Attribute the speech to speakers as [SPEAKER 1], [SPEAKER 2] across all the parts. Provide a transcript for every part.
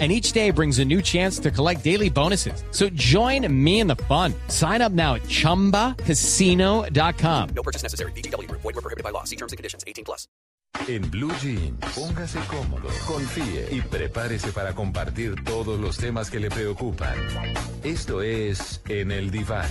[SPEAKER 1] and each day brings a new chance to collect daily bonuses. So join me in the fun. Sign up now at ChumbaCasino.com.
[SPEAKER 2] No purchase necessary. BGW. Void were prohibited by law. See terms and conditions. 18 plus.
[SPEAKER 3] En Blue Jeans, póngase cómodo, confíe y prepárese para compartir todos los temas que le preocupan. Esto es En el Diván.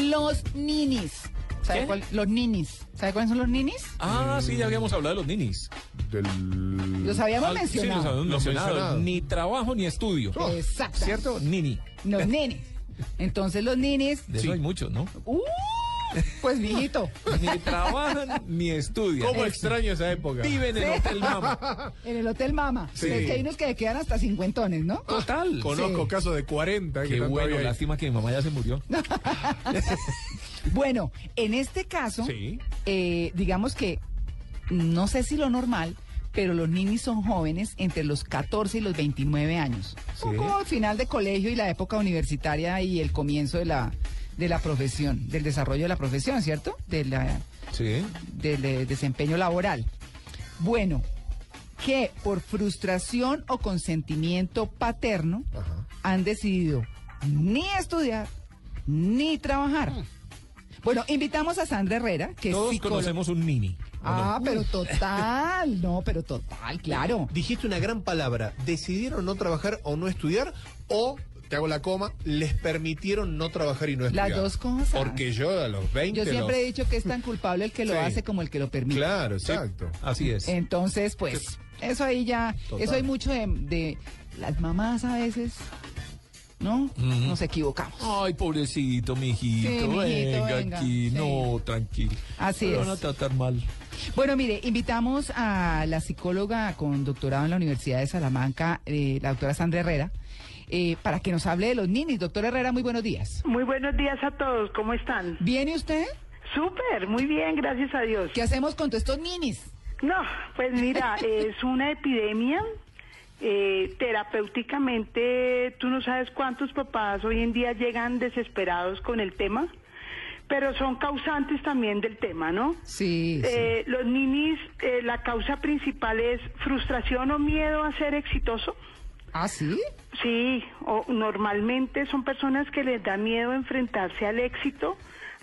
[SPEAKER 4] Los ninis. ¿Sabe
[SPEAKER 5] ¿Qué?
[SPEAKER 4] cuál? Los ninis. ¿Sabe cuáles son los ninis?
[SPEAKER 5] Ah, sí, ya habíamos hablado de los ninis.
[SPEAKER 4] Los habíamos
[SPEAKER 5] Ah, Sí, los
[SPEAKER 4] mencionado. Oh,
[SPEAKER 5] habíamos mencionado. Ni trabajo ni estudio.
[SPEAKER 4] Exacto.
[SPEAKER 5] ¿Cierto? Nini.
[SPEAKER 4] Los ninis. Entonces los ninis.
[SPEAKER 5] De eso hay muchos, ¿no?
[SPEAKER 4] ¡Uh! Pues mijito.
[SPEAKER 5] Ni trabajan ni estudian.
[SPEAKER 6] ¿Cómo extraño esa época?
[SPEAKER 5] Viven en Hotel Mama.
[SPEAKER 4] En el Hotel Mama. Es que hay unos que le quedan hasta cincuentones, ¿no?
[SPEAKER 5] Total.
[SPEAKER 6] Conozco casos de 40. que
[SPEAKER 5] Qué
[SPEAKER 6] tanto había
[SPEAKER 5] bueno,
[SPEAKER 6] ahí.
[SPEAKER 5] lástima que mi mamá ya se murió.
[SPEAKER 4] Bueno, en este caso,
[SPEAKER 6] Sí.
[SPEAKER 4] eh, digamos que no sé si lo normal, pero los ninis son jóvenes entre los 14 y los 29 años. Un
[SPEAKER 5] Sí.
[SPEAKER 4] poco al final de colegio y la época universitaria y el comienzo de la, de la profesión, del desarrollo de la profesión, ¿cierto? De la,
[SPEAKER 5] Sí.
[SPEAKER 4] del eh, desempeño laboral. Bueno, que por frustración o consentimiento paterno han decidido ni estudiar ni trabajar. Bueno, invitamos a Sandra Herrera, que
[SPEAKER 5] Todos
[SPEAKER 4] es psicóloga.
[SPEAKER 5] conocemos un nini. ¿o no?
[SPEAKER 4] Ah, pero total, no, pero total, claro.
[SPEAKER 7] Dijiste una gran palabra. Decidieron no trabajar o no estudiar o, te hago la coma, les permitieron no trabajar y no estudiar.
[SPEAKER 4] Las dos cosas.
[SPEAKER 7] Porque yo a los 20...
[SPEAKER 4] Yo siempre he
[SPEAKER 7] los-
[SPEAKER 4] dicho que es tan culpable el que lo
[SPEAKER 7] Sí.
[SPEAKER 4] hace como el que lo permite.
[SPEAKER 7] Claro, exacto.
[SPEAKER 5] Así
[SPEAKER 4] Eh,
[SPEAKER 5] es.
[SPEAKER 4] Entonces, pues, eso ahí ya, eso hay mucho de, de las mamás a veces, ¿no? Nos equivocamos.
[SPEAKER 5] Ay, pobrecito, mijito.
[SPEAKER 4] Sí, mijito,
[SPEAKER 5] venga,
[SPEAKER 4] venga.
[SPEAKER 5] aquí.
[SPEAKER 4] Sí.
[SPEAKER 5] No, tranquilo.
[SPEAKER 4] Así
[SPEAKER 5] Lo
[SPEAKER 4] es.
[SPEAKER 5] van a tratar mal.
[SPEAKER 4] Bueno, mire, invitamos a la psicóloga con doctorado en la Universidad de Salamanca, eh, la doctora Sandra Herrera, eh, para que nos hable de los ninis. Doctora Herrera, muy buenos días.
[SPEAKER 8] Muy buenos días a todos, ¿cómo están?
[SPEAKER 4] ¿Viene usted?
[SPEAKER 8] Súper, muy bien, gracias a Dios.
[SPEAKER 4] ¿Qué hacemos con todos estos ninis?
[SPEAKER 8] No, pues mira, es una epidemia. eh, terapéuticamente, tú no sabes cuántos papás hoy en día llegan desesperados con el tema, pero son causantes también del tema, ¿no?
[SPEAKER 4] Sí,
[SPEAKER 8] Eh, los ninis, eh, la causa principal es frustración o miedo a ser exitoso.
[SPEAKER 4] ¿Ah, sí?
[SPEAKER 8] Sí, o normalmente son personas que les da miedo enfrentarse al éxito,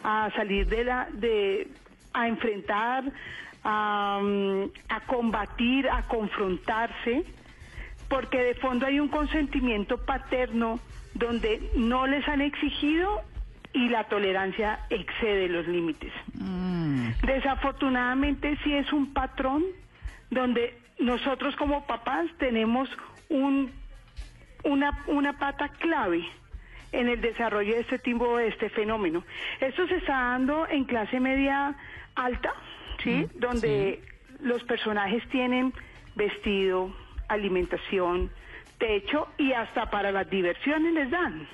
[SPEAKER 8] a salir de la, de, a enfrentar, a, mm, a combatir, a confrontarse, porque de fondo hay un consentimiento paterno donde no les han exigido y la tolerancia excede los límites. Desafortunadamente sí es un patrón donde nosotros como papás tenemos un una, una pata clave en el desarrollo de este tipo de este fenómeno. Esto se está dando en clase media alta, ¿sí? Donde los personajes tienen vestido, alimentación, techo y hasta para las diversiones les dan.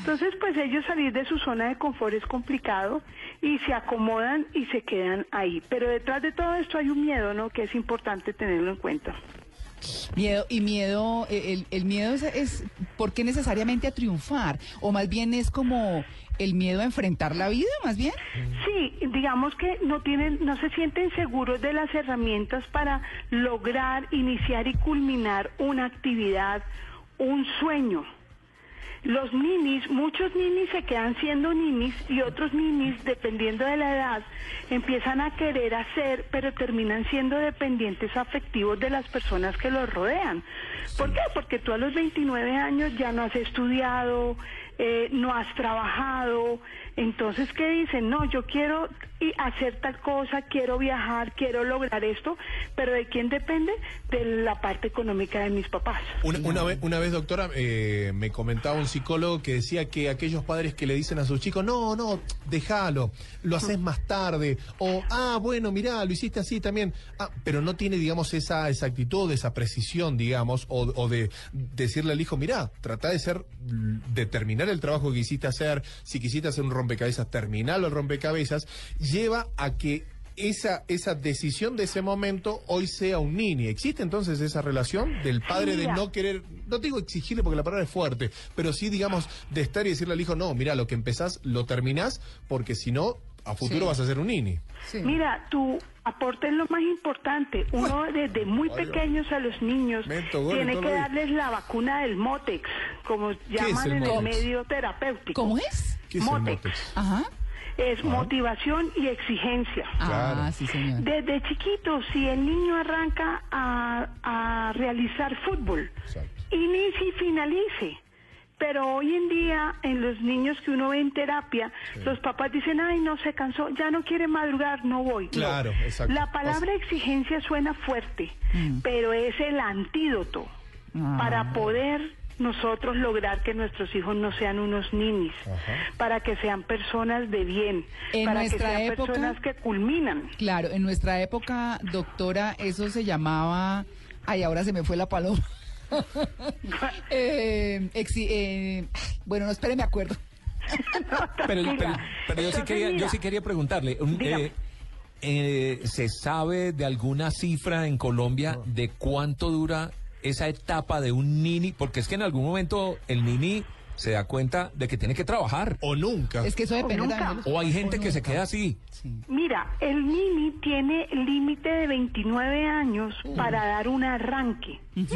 [SPEAKER 8] Entonces, pues ellos salir de su zona de confort es complicado y se acomodan y se quedan ahí. Pero detrás de todo esto hay un miedo, ¿no? Que es importante tenerlo en cuenta.
[SPEAKER 4] Miedo, y miedo, eh, el, el miedo es, es, ¿por qué necesariamente a triunfar? O más bien es como el miedo a enfrentar la vida, más bien.
[SPEAKER 8] Sí, digamos que no tienen, no se sienten seguros de las herramientas para lograr, iniciar y culminar una actividad, un sueño. Los ninis, muchos ninis se quedan siendo ninis y otros ninis, dependiendo de la edad, empiezan a querer hacer, pero terminan siendo dependientes afectivos de las personas que los rodean. ¿Por qué? Porque tú a los 29 años ya no has estudiado, eh, no has trabajado. Entonces, ¿qué dicen? No, yo quiero y- hacer tal cosa, quiero viajar, quiero lograr esto, pero ¿de quién depende? De la parte económica de mis papás.
[SPEAKER 7] Una, una vez, una vez, doctora, eh, me comentaba un psicólogo que decía que aquellos padres que le dicen a sus chicos, no, no, déjalo, lo haces más tarde, o, ah, bueno, mirá, lo hiciste así también, Ah, pero no tiene, digamos, esa exactitud, esa precisión, digamos, o, o de decirle al hijo, mirá, trata de ser, de terminar el trabajo que quisiste hacer, si quisiste hacer un rompecabezas terminal o el rompecabezas, lleva a que esa, esa decisión de ese momento hoy sea un nini. ¿Existe entonces esa relación del padre de
[SPEAKER 8] mira.
[SPEAKER 7] no querer, no te digo exigirle porque la palabra es fuerte, pero sí, digamos, de estar y decirle al hijo, no, mira, lo que empezás lo terminás, porque si no, a futuro
[SPEAKER 4] Sí.
[SPEAKER 7] vas a ser un nini.
[SPEAKER 4] Sí.
[SPEAKER 8] Mira, tu aporte es lo más importante. Uno desde muy pequeños a los niños
[SPEAKER 7] Mento, gol,
[SPEAKER 8] tiene
[SPEAKER 7] todo
[SPEAKER 8] que
[SPEAKER 7] lo vi.
[SPEAKER 8] darles la vacuna del Motex, como llaman
[SPEAKER 7] el
[SPEAKER 8] en el
[SPEAKER 7] Motex?
[SPEAKER 8] medio terapéutico.
[SPEAKER 4] ¿Cómo es?
[SPEAKER 7] ¿Qué es el
[SPEAKER 8] Motex.
[SPEAKER 7] Motex?
[SPEAKER 4] Ajá.
[SPEAKER 8] Es motivación y exigencia.
[SPEAKER 4] Ah, sí, señor.
[SPEAKER 8] Desde chiquito, si el niño arranca a, a realizar fútbol, inicie y finalice. Pero hoy en día, en los niños que uno ve en terapia, los papás dicen, ay, no, se cansó, ya no quiere madrugar, no voy.
[SPEAKER 7] Claro,
[SPEAKER 8] No.
[SPEAKER 7] exacto. Mm.
[SPEAKER 8] La palabra exigencia suena fuerte, pero es el antídoto
[SPEAKER 7] Ah.
[SPEAKER 8] para poder nosotros lograr que nuestros hijos no sean unos ninis, para que sean personas de bien,
[SPEAKER 4] En
[SPEAKER 8] para
[SPEAKER 4] nuestra
[SPEAKER 8] que sean
[SPEAKER 4] época-
[SPEAKER 8] personas que culminan.
[SPEAKER 4] Claro, en nuestra época, doctora, eso se llamaba. Ay, ahora se me fue la paloma. Eh, exi- eh, bueno, no espere, me acuerdo.
[SPEAKER 5] Pero,
[SPEAKER 8] Tranquila.
[SPEAKER 5] pero- pero yo, sí
[SPEAKER 8] Entonces,
[SPEAKER 5] quería, yo
[SPEAKER 8] mira,
[SPEAKER 5] sí quería preguntarle, un,
[SPEAKER 8] Dígame.
[SPEAKER 5] eh, eh, ¿se sabe de alguna cifra en Colombia de cuánto dura esa etapa de un nini? Porque es que en algún momento el nini se da cuenta de que tiene que trabajar.
[SPEAKER 7] O nunca.
[SPEAKER 4] Es que eso depende
[SPEAKER 8] nunca.
[SPEAKER 4] también. de los-
[SPEAKER 5] O hay gente que se queda así.
[SPEAKER 8] Mira, el Nini tiene límite de 29 años para dar un arranque.
[SPEAKER 7] Un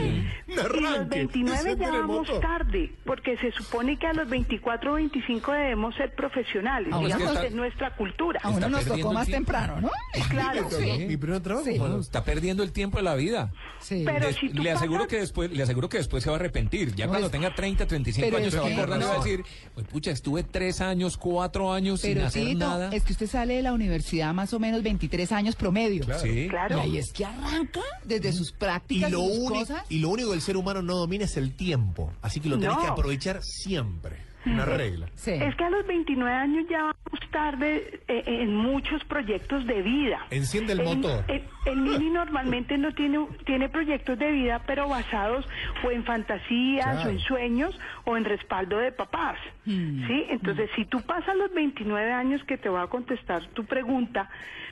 [SPEAKER 8] Y los
[SPEAKER 7] arranque.
[SPEAKER 8] 29 ya
[SPEAKER 7] Encienden el
[SPEAKER 8] vamos
[SPEAKER 7] motor.
[SPEAKER 8] tarde, porque se supone que a los 24 o 25 debemos ser profesionales,
[SPEAKER 4] Ahora
[SPEAKER 8] digamos,
[SPEAKER 5] está-
[SPEAKER 8] es nuestra cultura.
[SPEAKER 4] A uno
[SPEAKER 5] Está
[SPEAKER 4] nos
[SPEAKER 5] perdiendo
[SPEAKER 4] tocó
[SPEAKER 5] el
[SPEAKER 4] más
[SPEAKER 5] tiempo.
[SPEAKER 4] temprano, ¿no?
[SPEAKER 8] Claro,
[SPEAKER 4] Sí.
[SPEAKER 7] Mi primer trabajo.
[SPEAKER 4] Sí.
[SPEAKER 7] bueno,
[SPEAKER 5] Está perdiendo el tiempo de la vida.
[SPEAKER 4] Sí.
[SPEAKER 8] Pero
[SPEAKER 5] De-
[SPEAKER 8] si tú
[SPEAKER 5] le aseguro
[SPEAKER 8] pasas-
[SPEAKER 5] que después le aseguro que después se va a arrepentir ya
[SPEAKER 4] No,
[SPEAKER 5] cuando
[SPEAKER 4] es-
[SPEAKER 5] tenga 30 35
[SPEAKER 4] pero
[SPEAKER 5] años
[SPEAKER 4] es
[SPEAKER 5] se va a
[SPEAKER 4] que
[SPEAKER 5] acordar y va a
[SPEAKER 4] no.
[SPEAKER 5] decir "Uy, pucha estuve tres años cuatro años sin
[SPEAKER 4] Pero
[SPEAKER 5] hacer
[SPEAKER 4] Tito,
[SPEAKER 5] nada
[SPEAKER 4] es que usted sale de la universidad más o menos 23 años promedio.
[SPEAKER 5] sí
[SPEAKER 8] claro.
[SPEAKER 4] Y es que arranca desde sus
[SPEAKER 7] Y
[SPEAKER 4] prácticas y,
[SPEAKER 7] lo,
[SPEAKER 4] sus
[SPEAKER 7] único,
[SPEAKER 4] cosas.
[SPEAKER 7] y lo único que el ser humano no domina es el tiempo. Así que lo tenés
[SPEAKER 8] No.
[SPEAKER 7] que aprovechar siempre. Una regla.
[SPEAKER 4] Sí.
[SPEAKER 8] Es que a los 29 años ya vamos tarde eh, en muchos proyectos de vida.
[SPEAKER 7] Enciende el motor.
[SPEAKER 8] El, el Nini normalmente no tiene, tiene proyectos de vida, pero basados o en fantasías,
[SPEAKER 7] Claro.
[SPEAKER 8] o en sueños, o en respaldo de papás. ¿sí? Entonces, si tú pasas los 29 años que te va a contestar tu pregunta,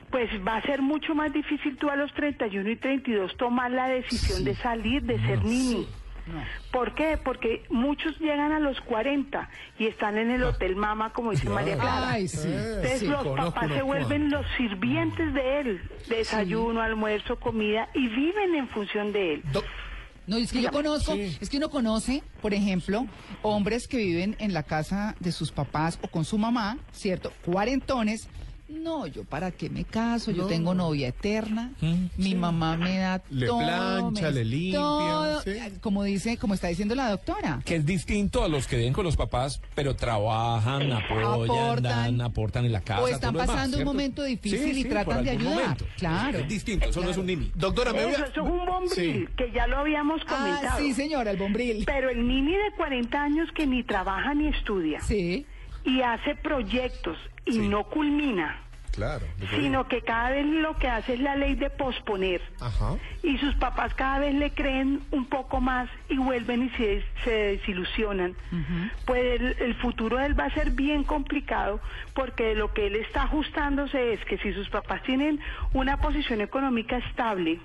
[SPEAKER 8] pues va a ser mucho más difícil tú a los 31 y 32 tomar la decisión de salir, de ser Nini. ¿Por qué? Porque muchos llegan a los 40 y están en el
[SPEAKER 7] Ah.
[SPEAKER 8] hotel mama, como dice María Clara.
[SPEAKER 4] Ay, sí.
[SPEAKER 8] Entonces
[SPEAKER 4] sí.
[SPEAKER 8] los
[SPEAKER 7] conozco
[SPEAKER 8] papás se
[SPEAKER 7] unos
[SPEAKER 8] vuelven
[SPEAKER 7] cuantos.
[SPEAKER 8] los sirvientes de él, desayuno, almuerzo, comida, y viven en función de él.
[SPEAKER 7] Do-
[SPEAKER 4] No, es que yo conozco, es que uno conoce, por ejemplo, hombres que viven en la casa de sus papás o con su mamá, ¿cierto? Cuarentones. No, yo para qué me caso, yo tengo novia eterna, mi mamá me da
[SPEAKER 7] Le
[SPEAKER 4] todo.
[SPEAKER 7] plancha,
[SPEAKER 4] me-
[SPEAKER 7] le limpia,
[SPEAKER 4] todo.
[SPEAKER 7] sí.
[SPEAKER 4] Como dice, como está diciendo la doctora.
[SPEAKER 5] que es distinto a los que viven con los papás pero trabajan apoyan
[SPEAKER 4] Eh, Aportan.
[SPEAKER 5] dan, aportan en la casa
[SPEAKER 4] o están
[SPEAKER 5] todo lo demás,
[SPEAKER 4] pasando un
[SPEAKER 5] ¿cierto?
[SPEAKER 4] momento difícil
[SPEAKER 5] Sí,
[SPEAKER 4] y
[SPEAKER 5] sí,
[SPEAKER 4] tratan
[SPEAKER 5] por
[SPEAKER 4] de
[SPEAKER 5] algún
[SPEAKER 4] ayudar.
[SPEAKER 5] momento.
[SPEAKER 4] Claro.
[SPEAKER 5] es distinto eso no es un nini
[SPEAKER 7] Doctora, me voy
[SPEAKER 8] Eso,
[SPEAKER 7] a-
[SPEAKER 8] eso es un bombril,
[SPEAKER 7] Sí.
[SPEAKER 8] que ya lo habíamos
[SPEAKER 4] Ah,
[SPEAKER 8] comentado.
[SPEAKER 4] sí, señora, el bombril.
[SPEAKER 8] Pero el nini de 40 años que ni trabaja ni estudia,
[SPEAKER 4] Sí.
[SPEAKER 8] y hace proyectos y no culmina,
[SPEAKER 7] Claro. lo que digo.
[SPEAKER 8] sino que cada vez lo que hace es la ley de posponer.
[SPEAKER 7] Ajá.
[SPEAKER 8] y sus papás cada vez le creen un poco más y vuelven y se, se desilusionan, pues el, el futuro de él va a ser bien complicado porque lo que él está ajustándose es que si sus papás tienen una posición económica estable,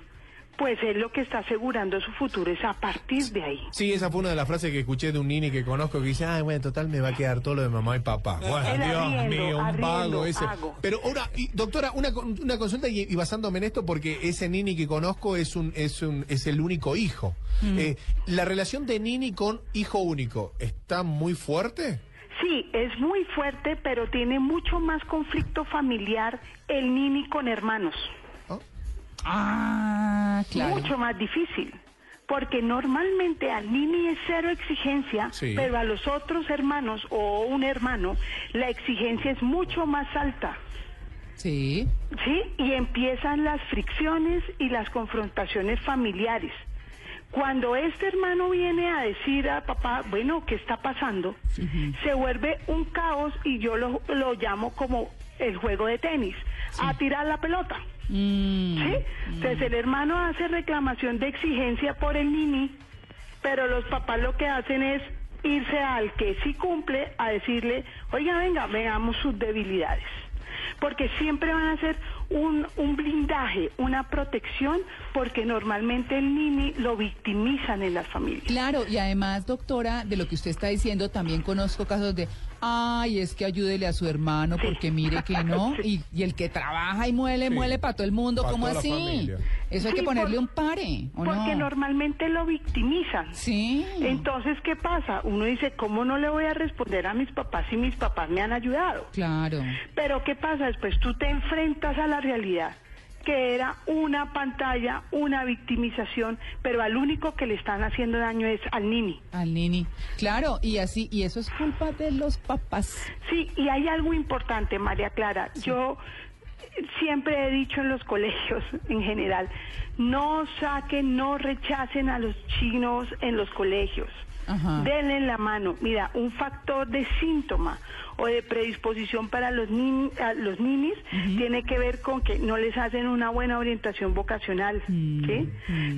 [SPEAKER 8] pues él lo que está asegurando su futuro es a partir de ahí.
[SPEAKER 7] Sí, esa fue una de las frases que escuché de un nini que conozco que dice, ay, bueno, total me va a quedar todo lo de mamá y papá. Bueno,
[SPEAKER 8] El
[SPEAKER 7] Dios
[SPEAKER 8] arriendo,
[SPEAKER 7] mío, un
[SPEAKER 8] arriendo,
[SPEAKER 7] vago ese.
[SPEAKER 8] hago.
[SPEAKER 7] Pero ahora, y, doctora, una, con- una consulta y, y basándome en esto, porque ese nini que conozco es un, es un, es el único hijo.
[SPEAKER 5] Mm.
[SPEAKER 7] Eh, la relación de nini con hijo único, ¿está muy fuerte?
[SPEAKER 8] Sí, es muy fuerte, pero tiene mucho más conflicto familiar el nini con hermanos.
[SPEAKER 4] Ah, claro.
[SPEAKER 8] mucho más difícil. Porque normalmente al nini es cero exigencia,
[SPEAKER 7] Sí.
[SPEAKER 8] pero a los otros hermanos o un hermano la exigencia es mucho más alta.
[SPEAKER 4] Sí.
[SPEAKER 8] ¿Sí? Y empiezan las fricciones y las confrontaciones familiares. Cuando este hermano viene a decir a papá, bueno, ¿qué está pasando? Se vuelve un caos y yo lo, lo llamo como el juego de tenis, a tirar la pelota. ¿Sí?
[SPEAKER 4] Mm,
[SPEAKER 8] Entonces el hermano hace reclamación de exigencia por el nini, pero los papás lo que hacen es irse al que sí cumple a decirle, oiga, venga, veamos sus debilidades. Porque siempre van a ser un, un blindaje, una protección, porque normalmente el nini lo victimizan en las familias.
[SPEAKER 4] Claro, y además, doctora, de lo que usted está diciendo, también conozco casos de, ay, es que ayúdele a su hermano porque mire que no, y, y el que trabaja y muele, muele para todo el mundo,
[SPEAKER 7] Pa'
[SPEAKER 4] ¿cómo
[SPEAKER 7] toda la
[SPEAKER 4] así?
[SPEAKER 7] familia.
[SPEAKER 4] Eso hay que
[SPEAKER 8] Sí,
[SPEAKER 4] ponerle
[SPEAKER 8] por-
[SPEAKER 4] un pare, ¿o
[SPEAKER 8] Porque
[SPEAKER 4] no?
[SPEAKER 8] normalmente lo victimizan.
[SPEAKER 4] Sí.
[SPEAKER 8] Entonces, ¿qué pasa? Uno dice, ¿cómo no le voy a responder a mis papás si mis papás me han ayudado?
[SPEAKER 4] Claro.
[SPEAKER 8] Pero ¿qué pasa después? Tú te enfrentas a la realidad, que era una pantalla, una victimización, pero al único que le están haciendo daño es al nini.
[SPEAKER 4] Al nini. Claro, y así, y eso es culpa de los papás.
[SPEAKER 8] Sí, y hay algo importante, María Clara. Yo siempre he dicho en los colegios en general, no saquen, no rechacen a los chinos en los colegios.
[SPEAKER 4] Ajá.
[SPEAKER 8] Denle la mano. Mira, un factor de síntoma o de predisposición para los, nin- a los ninis tiene que ver con que no les hacen una buena orientación vocacional. ¿sí?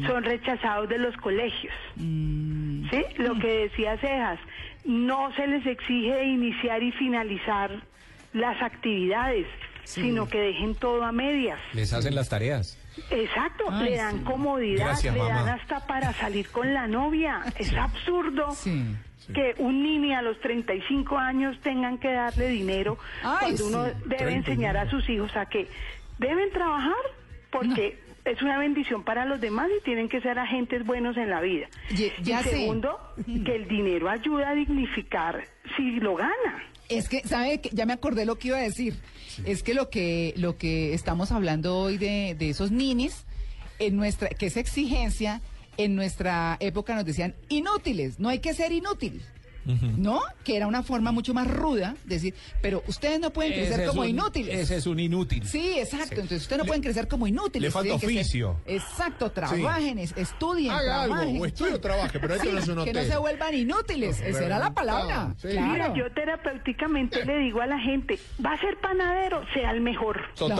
[SPEAKER 8] Son rechazados de los colegios. ¿sí? Lo que decía Cejas, no se les exige iniciar y finalizar las actividades, sino que dejen todo a medias.
[SPEAKER 5] Les hacen las tareas.
[SPEAKER 8] Exacto,
[SPEAKER 4] Ay,
[SPEAKER 8] le dan
[SPEAKER 4] sí.
[SPEAKER 8] comodidad,
[SPEAKER 7] Gracias,
[SPEAKER 8] le dan
[SPEAKER 7] mamá.
[SPEAKER 8] hasta para salir con la novia. Es absurdo
[SPEAKER 4] Sí.
[SPEAKER 8] que un niño a los 35 años tengan que darle dinero
[SPEAKER 4] Ay,
[SPEAKER 8] cuando uno
[SPEAKER 4] sí,
[SPEAKER 8] debe enseñar a sus hijos a que deben trabajar porque es una bendición para los demás y tienen que ser agentes buenos en la vida.
[SPEAKER 4] Ye- ya
[SPEAKER 8] y
[SPEAKER 4] sé. Mm.
[SPEAKER 8] segundo, que el dinero ayuda a dignificar si lo gana.
[SPEAKER 4] Es que, ¿sabe? que Ya me acordé lo que iba a decir. Es que lo que, lo que estamos hablando hoy de, de esos ninis, en nuestra, que esa exigencia, en nuestra época nos decían inútiles, no hay que ser inútil. ¿No? Que era una forma mucho más ruda de decir, pero ustedes no pueden crecer
[SPEAKER 5] Ese es
[SPEAKER 4] como
[SPEAKER 5] un-
[SPEAKER 4] inútiles.
[SPEAKER 5] Ese es un inútil.
[SPEAKER 4] Sí, exacto. Entonces ustedes no pueden crecer como inútiles.
[SPEAKER 7] le falta
[SPEAKER 4] tienen que ser-
[SPEAKER 7] oficio.
[SPEAKER 4] exacto, trabajen, es- estudien,
[SPEAKER 7] Haga algo,
[SPEAKER 4] trabajen.
[SPEAKER 7] o estudie o trabaje, pero esto
[SPEAKER 4] Sí,
[SPEAKER 7] no es un
[SPEAKER 4] Que no
[SPEAKER 7] hotel.
[SPEAKER 4] se vuelvan inútiles, esa era la palabra.
[SPEAKER 7] Sí.
[SPEAKER 4] Claro.
[SPEAKER 8] Mira, yo terapéuticamente le digo a la gente, va a ser panadero, sea el mejor.
[SPEAKER 7] Total.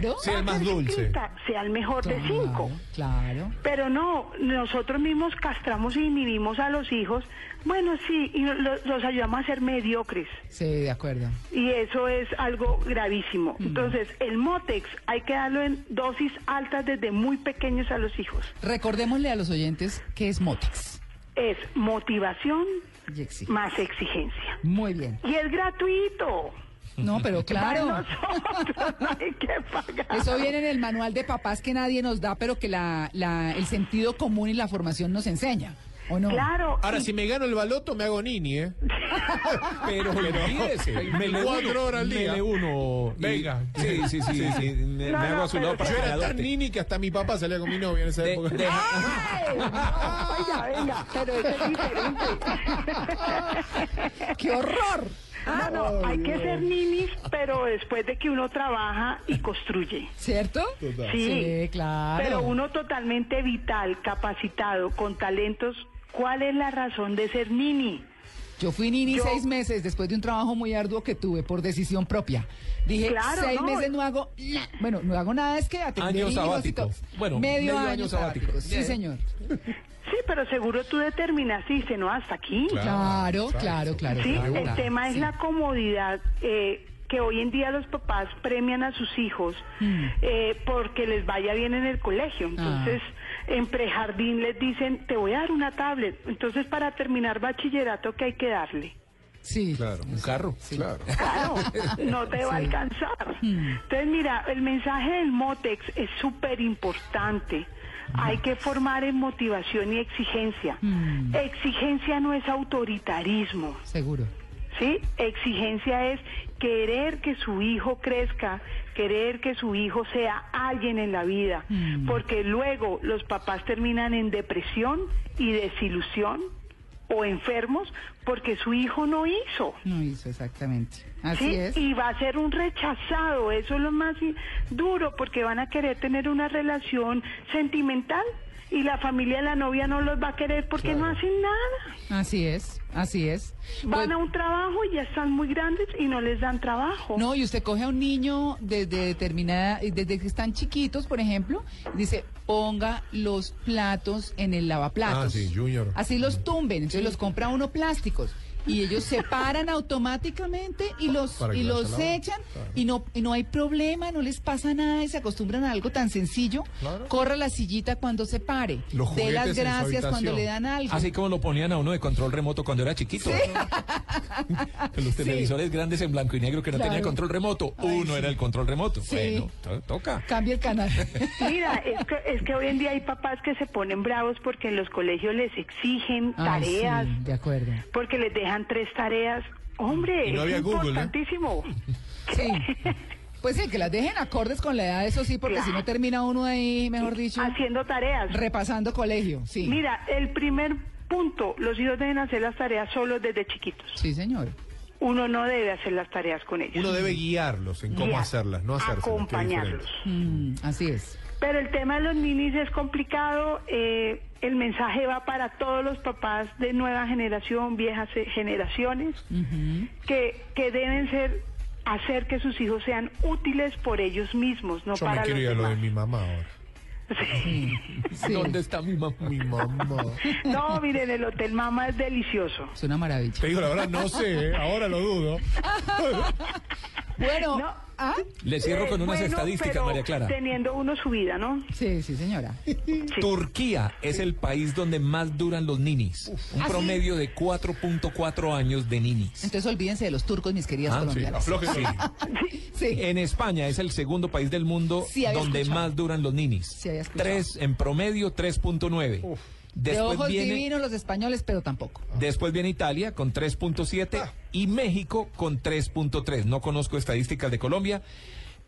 [SPEAKER 4] Claro.
[SPEAKER 7] Sea el
[SPEAKER 8] Va a
[SPEAKER 7] más
[SPEAKER 8] ser
[SPEAKER 7] dulce.
[SPEAKER 8] ciclista, Sea el mejor Ah, de cinco.
[SPEAKER 4] Claro.
[SPEAKER 8] Pero no, nosotros mismos castramos y inhibimos a los hijos. Bueno, sí, y lo- los, ayudamos a ser mediocres.
[SPEAKER 4] Sí, de acuerdo.
[SPEAKER 8] Y eso es algo gravísimo. Entonces, el Motex hay que darlo en dosis altas desde muy pequeños a los hijos.
[SPEAKER 4] Recordémosle a los oyentes que es Motex.
[SPEAKER 8] Es motivación
[SPEAKER 4] Y exige.
[SPEAKER 8] más exigencia.
[SPEAKER 4] Muy bien.
[SPEAKER 8] Y es gratuito.
[SPEAKER 4] No, pero claro.
[SPEAKER 8] Nosotros no hay que pagar.
[SPEAKER 4] Eso viene en el manual de papás que nadie nos da, pero que la, la- el sentido común y la formación nos enseña. ¿O no?
[SPEAKER 8] Claro.
[SPEAKER 7] Ahora,
[SPEAKER 8] y-
[SPEAKER 7] si me gano el baloto, me hago nini, ¿eh?
[SPEAKER 5] Pero, olvídese, me le
[SPEAKER 7] Cuatro
[SPEAKER 5] uno,
[SPEAKER 7] horas al
[SPEAKER 5] me
[SPEAKER 7] día.
[SPEAKER 5] le uno. Y-
[SPEAKER 7] Venga.
[SPEAKER 5] Sí, sí, sí. sí, Me,
[SPEAKER 8] No,
[SPEAKER 5] me hago
[SPEAKER 8] no,
[SPEAKER 5] a su
[SPEAKER 8] pero
[SPEAKER 5] lado para
[SPEAKER 7] Yo
[SPEAKER 5] que me
[SPEAKER 7] era tan
[SPEAKER 5] adopte.
[SPEAKER 7] nini que hasta mi papá salía con mi novia en esa
[SPEAKER 5] De-
[SPEAKER 7] época.
[SPEAKER 5] deja-
[SPEAKER 8] ¡Ay! No, Oiga, venga, pero eso es diferente.
[SPEAKER 4] ¡Qué horror!
[SPEAKER 8] No, Ah, no, hay que ser ninis, pero después de que uno trabaja y construye.
[SPEAKER 4] ¿Cierto?
[SPEAKER 8] Sí,
[SPEAKER 4] Sí, claro.
[SPEAKER 8] pero uno totalmente vital, capacitado, con talentos. ¿Cuál es la razón de ser nini?
[SPEAKER 4] Yo fui nini
[SPEAKER 8] Yo-
[SPEAKER 4] seis meses después de un trabajo muy arduo que tuve por decisión propia. Dije,
[SPEAKER 8] Claro,
[SPEAKER 4] seis
[SPEAKER 8] no.
[SPEAKER 4] meses no hago nada. Bueno, no hago nada, es que atender
[SPEAKER 5] Año
[SPEAKER 4] hijos y
[SPEAKER 5] sabático.
[SPEAKER 4] todo.
[SPEAKER 5] Bueno,
[SPEAKER 4] medio,
[SPEAKER 5] medio
[SPEAKER 4] año,
[SPEAKER 5] año sabático.
[SPEAKER 4] sabático. Sí,
[SPEAKER 5] Bien.
[SPEAKER 4] señor.
[SPEAKER 8] Sí, pero seguro tú determinaste y dices, no, hasta aquí.
[SPEAKER 4] Claro, claro, claro.
[SPEAKER 8] Sí,
[SPEAKER 4] claro,
[SPEAKER 8] el
[SPEAKER 4] claro.
[SPEAKER 8] tema es la comodidad eh, que hoy en día los papás premian a sus hijos
[SPEAKER 4] Mm.
[SPEAKER 8] eh, porque les vaya bien en el colegio.
[SPEAKER 4] Ah.
[SPEAKER 8] Entonces, en prejardín les dicen, te voy a dar una tablet. Entonces, para terminar bachillerato, ¿qué hay que darle?
[SPEAKER 4] Sí,
[SPEAKER 5] Un carro. Claro.
[SPEAKER 8] Claro, no te va a alcanzar. Entonces, mira, el mensaje del Motex es súper importante. Hay que formar en motivación y exigencia. Exigencia no es autoritarismo.
[SPEAKER 4] seguro.
[SPEAKER 8] ¿sí? Exigencia es querer que su hijo crezca, querer que su hijo sea alguien en la vida, porque luego los papás terminan en depresión y desilusión o enfermos porque su hijo no hizo.
[SPEAKER 4] No hizo exactamente. Así
[SPEAKER 8] ¿sí?
[SPEAKER 4] es.
[SPEAKER 8] Y va a ser un rechazado, eso es lo más i- duro, porque van a querer tener una relación sentimental y la familia de la novia no los va a querer porque no hacen nada.
[SPEAKER 4] Así es, así es. Pues-
[SPEAKER 8] Van a un trabajo y ya están muy grandes y no les dan trabajo.
[SPEAKER 4] No, y usted coge a un niño desde determinada, desde que están chiquitos, por ejemplo, y dice, ponga los platos en el lavaplatos.
[SPEAKER 7] Ah, sí, Junior.
[SPEAKER 4] Así los tumben, entonces los compra uno plásticos, chicos. Y ellos se paran automáticamente y los,
[SPEAKER 7] Para que
[SPEAKER 4] y
[SPEAKER 7] la
[SPEAKER 4] los
[SPEAKER 7] salaban,
[SPEAKER 4] echan
[SPEAKER 7] claro.
[SPEAKER 4] y no, y no hay problema, no les pasa nada y se acostumbran a algo tan sencillo.
[SPEAKER 7] Claro.
[SPEAKER 4] Corra la sillita cuando se pare.
[SPEAKER 7] Los
[SPEAKER 4] De
[SPEAKER 7] juguetes en
[SPEAKER 4] las
[SPEAKER 7] su
[SPEAKER 4] gracias cuando
[SPEAKER 7] habitación.
[SPEAKER 4] le dan algo.
[SPEAKER 5] Así como lo ponían a uno de control remoto cuando era chiquito. Con los televisores grandes en blanco y negro que no
[SPEAKER 4] Claro.
[SPEAKER 5] tenía control remoto. uno era el control remoto. Bueno, to- toca.
[SPEAKER 4] Cambia el canal.
[SPEAKER 8] Mira, es que, es que hoy en día hay papás que se ponen bravos porque en los colegios les exigen
[SPEAKER 4] Ay, Ah, sí,
[SPEAKER 8] tareas,
[SPEAKER 4] de acuerdo.
[SPEAKER 8] porque les dejan tres tareas. Hombre,
[SPEAKER 7] Y no
[SPEAKER 8] es
[SPEAKER 7] había Google, ¿eh? ¿no?
[SPEAKER 8] importantísimo.
[SPEAKER 4] Sí. Pues sí, que las dejen acordes con la edad, eso sí, porque si no termina uno ahí, mejor dicho,
[SPEAKER 8] Haciendo tareas.
[SPEAKER 4] repasando colegio. Sí.
[SPEAKER 8] Mira, el primer punto, los hijos deben hacer las tareas solos desde chiquitos.
[SPEAKER 4] Sí, señor.
[SPEAKER 8] Uno no debe hacer las tareas con ellos.
[SPEAKER 7] Uno debe guiarlos en cómo
[SPEAKER 8] Guiar,
[SPEAKER 7] hacerlas, no hacerlas.
[SPEAKER 8] Acompañarlos.
[SPEAKER 4] Mm, así es.
[SPEAKER 8] Pero el tema de los ninis es complicado. eh, el mensaje va para todos los papás de nueva generación, viejas eh, generaciones, que, que deben ser hacer que sus hijos sean útiles por ellos mismos, no
[SPEAKER 7] Yo me
[SPEAKER 8] para
[SPEAKER 7] quiero
[SPEAKER 8] los
[SPEAKER 7] ir a lo de
[SPEAKER 8] demás.
[SPEAKER 7] mi mamá ahora.
[SPEAKER 8] Sí.
[SPEAKER 4] Sí.
[SPEAKER 5] ¿Dónde está mi mamá?
[SPEAKER 7] Mi mamá.
[SPEAKER 8] No, miren, el Hotel Mama es delicioso.
[SPEAKER 4] Es una maravilla.
[SPEAKER 7] Te digo la verdad, no sé, ¿eh? ahora lo dudo.
[SPEAKER 4] Bueno,
[SPEAKER 8] No.
[SPEAKER 4] ¿ah?
[SPEAKER 5] Le cierro con
[SPEAKER 8] Eh,
[SPEAKER 5] unas
[SPEAKER 8] bueno,
[SPEAKER 5] estadísticas,
[SPEAKER 8] pero
[SPEAKER 5] María Clara.
[SPEAKER 8] Teniendo uno su vida, ¿no?
[SPEAKER 4] sí, sí, señora.
[SPEAKER 5] Turquía es el país donde más duran los ninis.
[SPEAKER 4] ¿Ah,
[SPEAKER 5] un promedio de 4.4 años de ninis.
[SPEAKER 4] Entonces olvídense de los turcos, mis queridas
[SPEAKER 5] Ah, sí,
[SPEAKER 4] colombianas.
[SPEAKER 7] Aflojen.
[SPEAKER 5] Sí.
[SPEAKER 4] Sí.
[SPEAKER 5] En España es el segundo país del mundo
[SPEAKER 4] Sí, había
[SPEAKER 5] donde
[SPEAKER 4] escuchado.
[SPEAKER 5] más duran los ninis.
[SPEAKER 4] Sí, había escuchado.
[SPEAKER 5] Tres, en promedio, 3.9.
[SPEAKER 4] de
[SPEAKER 5] Después
[SPEAKER 4] ojos
[SPEAKER 5] viene,
[SPEAKER 4] divinos los españoles, pero tampoco.
[SPEAKER 5] después viene Italia con 3.7 y México con 3.3. No conozco estadísticas de Colombia,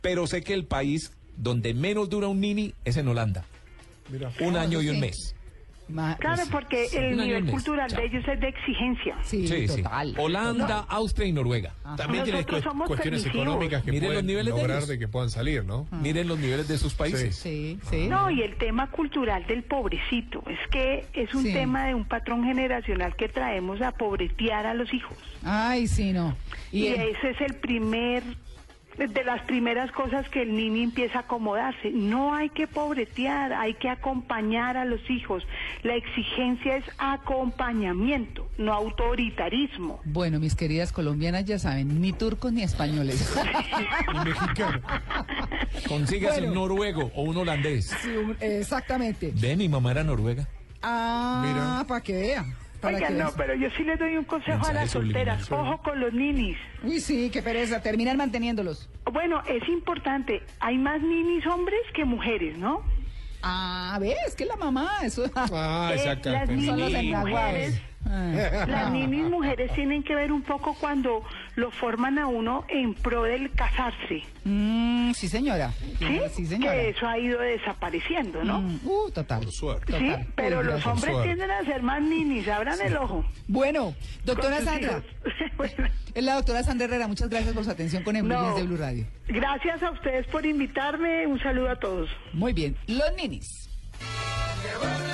[SPEAKER 5] pero sé que el país donde menos dura un nini es en Holanda.
[SPEAKER 7] Mira.
[SPEAKER 5] Un año y
[SPEAKER 4] sí.
[SPEAKER 5] un mes.
[SPEAKER 4] Ma-
[SPEAKER 8] Claro, porque
[SPEAKER 5] Un
[SPEAKER 8] el
[SPEAKER 5] año
[SPEAKER 8] nivel
[SPEAKER 5] mes.
[SPEAKER 8] cultural
[SPEAKER 5] Chao.
[SPEAKER 8] de ellos es de exigencia.
[SPEAKER 4] Sí,
[SPEAKER 5] Sí, sí.
[SPEAKER 4] total.
[SPEAKER 5] Holanda, ah, Austria y Noruega.
[SPEAKER 7] También tienes
[SPEAKER 8] Nosotros somos
[SPEAKER 7] cuestiones
[SPEAKER 8] permisivos. Eh,
[SPEAKER 7] económicas que
[SPEAKER 5] Miren los
[SPEAKER 7] pueden
[SPEAKER 5] niveles de
[SPEAKER 7] lograr
[SPEAKER 5] ellos.
[SPEAKER 7] de que puedan salir, ¿no?
[SPEAKER 5] Miren los niveles de sus países.
[SPEAKER 4] Sí, sí.
[SPEAKER 8] No, y el tema cultural del pobrecito, es que es un
[SPEAKER 4] Sí.
[SPEAKER 8] tema de un patrón generacional que traemos a pobretear a los hijos.
[SPEAKER 4] Ay, sí, no.
[SPEAKER 8] Y,
[SPEAKER 4] Y el-
[SPEAKER 8] ese es el primer, de las primeras cosas que el niño empieza a acomodarse. No hay que pobretear, hay que acompañar a los hijos. La exigencia es acompañamiento, no autoritarismo.
[SPEAKER 4] Bueno, mis queridas colombianas ya saben, ni turcos ni españoles.
[SPEAKER 5] Consígase
[SPEAKER 4] Bueno.
[SPEAKER 5] un noruego o un holandés.
[SPEAKER 4] Sí, un- exactamente.
[SPEAKER 5] Ve, mi mamá era noruega.
[SPEAKER 4] Ah, para que vea. Para
[SPEAKER 8] Oigan,
[SPEAKER 4] que
[SPEAKER 8] no,
[SPEAKER 4] vea.
[SPEAKER 8] pero yo sí les doy un consejo a
[SPEAKER 5] Mensaje
[SPEAKER 8] las solteras.
[SPEAKER 5] subliminal.
[SPEAKER 8] Ojo con los ninis.
[SPEAKER 4] Uy, sí, qué pereza. Terminan manteniéndolos.
[SPEAKER 8] Bueno, es importante. Hay más ninis hombres que mujeres, ¿no?
[SPEAKER 4] Ah, ves, es que la mamá, eso.
[SPEAKER 7] Ah,
[SPEAKER 4] Son los enraguados. Ah,
[SPEAKER 8] Eh, las ninis mujeres, las ninis mujeres tienen que ver un poco cuando lo forman a uno en pro del casarse,
[SPEAKER 4] mm, sí, señora. Ah,
[SPEAKER 8] ¿sí?
[SPEAKER 4] Sí, señora.
[SPEAKER 8] Que eso ha ido desapareciendo, ¿no?
[SPEAKER 4] Mm, Uh, total.
[SPEAKER 7] Por suerte.
[SPEAKER 8] Sí,
[SPEAKER 4] total.
[SPEAKER 8] pero
[SPEAKER 4] Uy,
[SPEAKER 8] los
[SPEAKER 4] gracias.
[SPEAKER 8] hombres
[SPEAKER 7] Suerte.
[SPEAKER 8] tienden a ser más ninis, abran el ojo.
[SPEAKER 4] Bueno,
[SPEAKER 8] con
[SPEAKER 4] doctora
[SPEAKER 8] sus
[SPEAKER 4] Sandra.
[SPEAKER 8] hijos. Bueno,
[SPEAKER 4] Es la doctora Sandra Herrera. Muchas gracias por su atención con Embriones
[SPEAKER 8] no.
[SPEAKER 4] de Blue Radio.
[SPEAKER 8] Gracias a ustedes por invitarme, un saludo a todos.
[SPEAKER 4] Muy bien. Los ninis.
[SPEAKER 3] Llevarle